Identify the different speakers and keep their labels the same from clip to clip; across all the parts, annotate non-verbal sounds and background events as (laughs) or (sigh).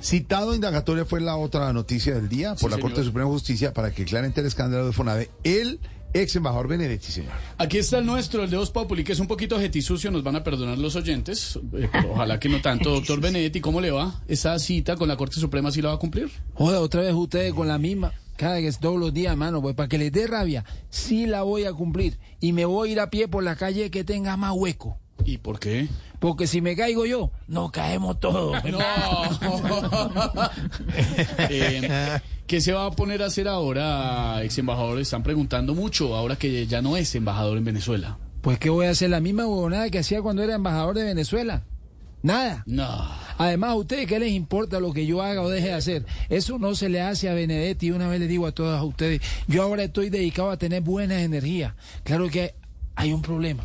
Speaker 1: Citado indagatoria fue la otra noticia del día por la Corte Suprema de Justicia para que claramente el escándalo de Fonave. El ex embajador Benedetti, señor.
Speaker 2: Aquí está el nuestro, el de Os Populi, que es un poquito jetisucio, nos van a perdonar los oyentes. eh, ojalá que no tanto. Doctor Benedetti, ¿cómo le va? ¿Esa cita con la Corte Suprema sí la va a cumplir?
Speaker 3: Joda, otra vez ustedes con la misma. Cada que es todos los días, mano, pues para que les dé rabia, sí la voy a cumplir. Y me voy a ir a pie por la calle que tenga más hueco.
Speaker 2: ¿Y por qué?
Speaker 3: Porque si me caigo yo, nos caemos todos.
Speaker 2: (laughs) No. Eh, ¿Qué se va a poner a hacer ahora, ex embajador? Están preguntando mucho ahora que ya no es embajador en Venezuela.
Speaker 3: Pues que voy a hacer la misma huevonada que hacía cuando era embajador de Venezuela. Nada.
Speaker 2: No.
Speaker 3: Además, ¿a ustedes qué les importa lo que yo haga o deje de hacer? Eso no se le hace a Benedetti. Una vez le digo a todos a ustedes, yo ahora estoy dedicado a tener buenas energías. Claro que hay- hay un problema.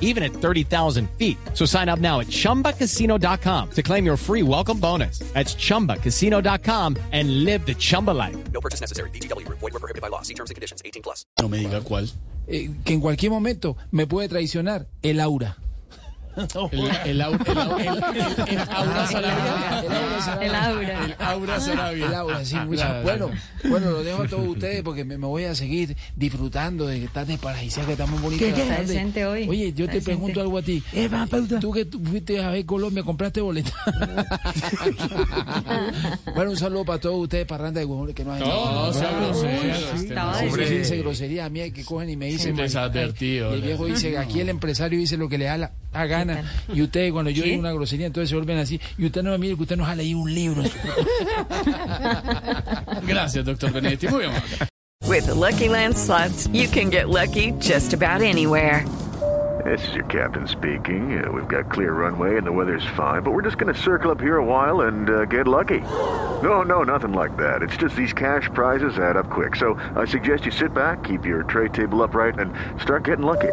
Speaker 4: even at 30,000 feet. So sign up now at chumbacasino.com to claim your free welcome bonus. That's chumbacasino.com and live the Chumba life.
Speaker 2: No me diga cuál.
Speaker 3: Eh, que en cualquier momento me puede traicionar el aura.
Speaker 2: El, el, au- el, au- el, el- el aura Sarabia.
Speaker 3: El Ah, aura Sarabia.
Speaker 2: El aura. El aura Sarabia.
Speaker 3: El aura, sí, muchas-
Speaker 2: La-
Speaker 3: Bueno, bueno, lo dejo a todos ustedes porque me, me voy a seguir disfrutando de esta desparajicía que está muy bonita. la tarde. Oye, yo te pregunto algo a ti. Tú que tú fuiste a ver Colombia, compraste boleta. bueno, un saludo para todos ustedes, parranda de huevones que no hay.
Speaker 2: No, no, sea grosero. este, no.
Speaker 3: Hombre, sí, dice grosería a mí que cogen y me dicen.
Speaker 2: Desadvertido,
Speaker 3: Y el
Speaker 2: ¿no?
Speaker 3: viejo
Speaker 2: (laughs)
Speaker 3: dice, aquí el empresario dice lo que le da la la gana. Y ustedes cuando yo digo una grosería, entonces se vuelven así. Y usted no me mire que usted nos ha leído un libro.
Speaker 2: Gracias, doctor Benedetti. Muy amable.
Speaker 5: With the Lucky Land slots, you can get lucky just about anywhere.
Speaker 6: This is your captain speaking. Uh, we've got clear runway and the weather's fine, but we're just going to circle up here a while and uh, get lucky. No, no, nothing like that. It's just these cash prizes add up quick. So I suggest you sit back, keep your tray table upright, and start getting lucky.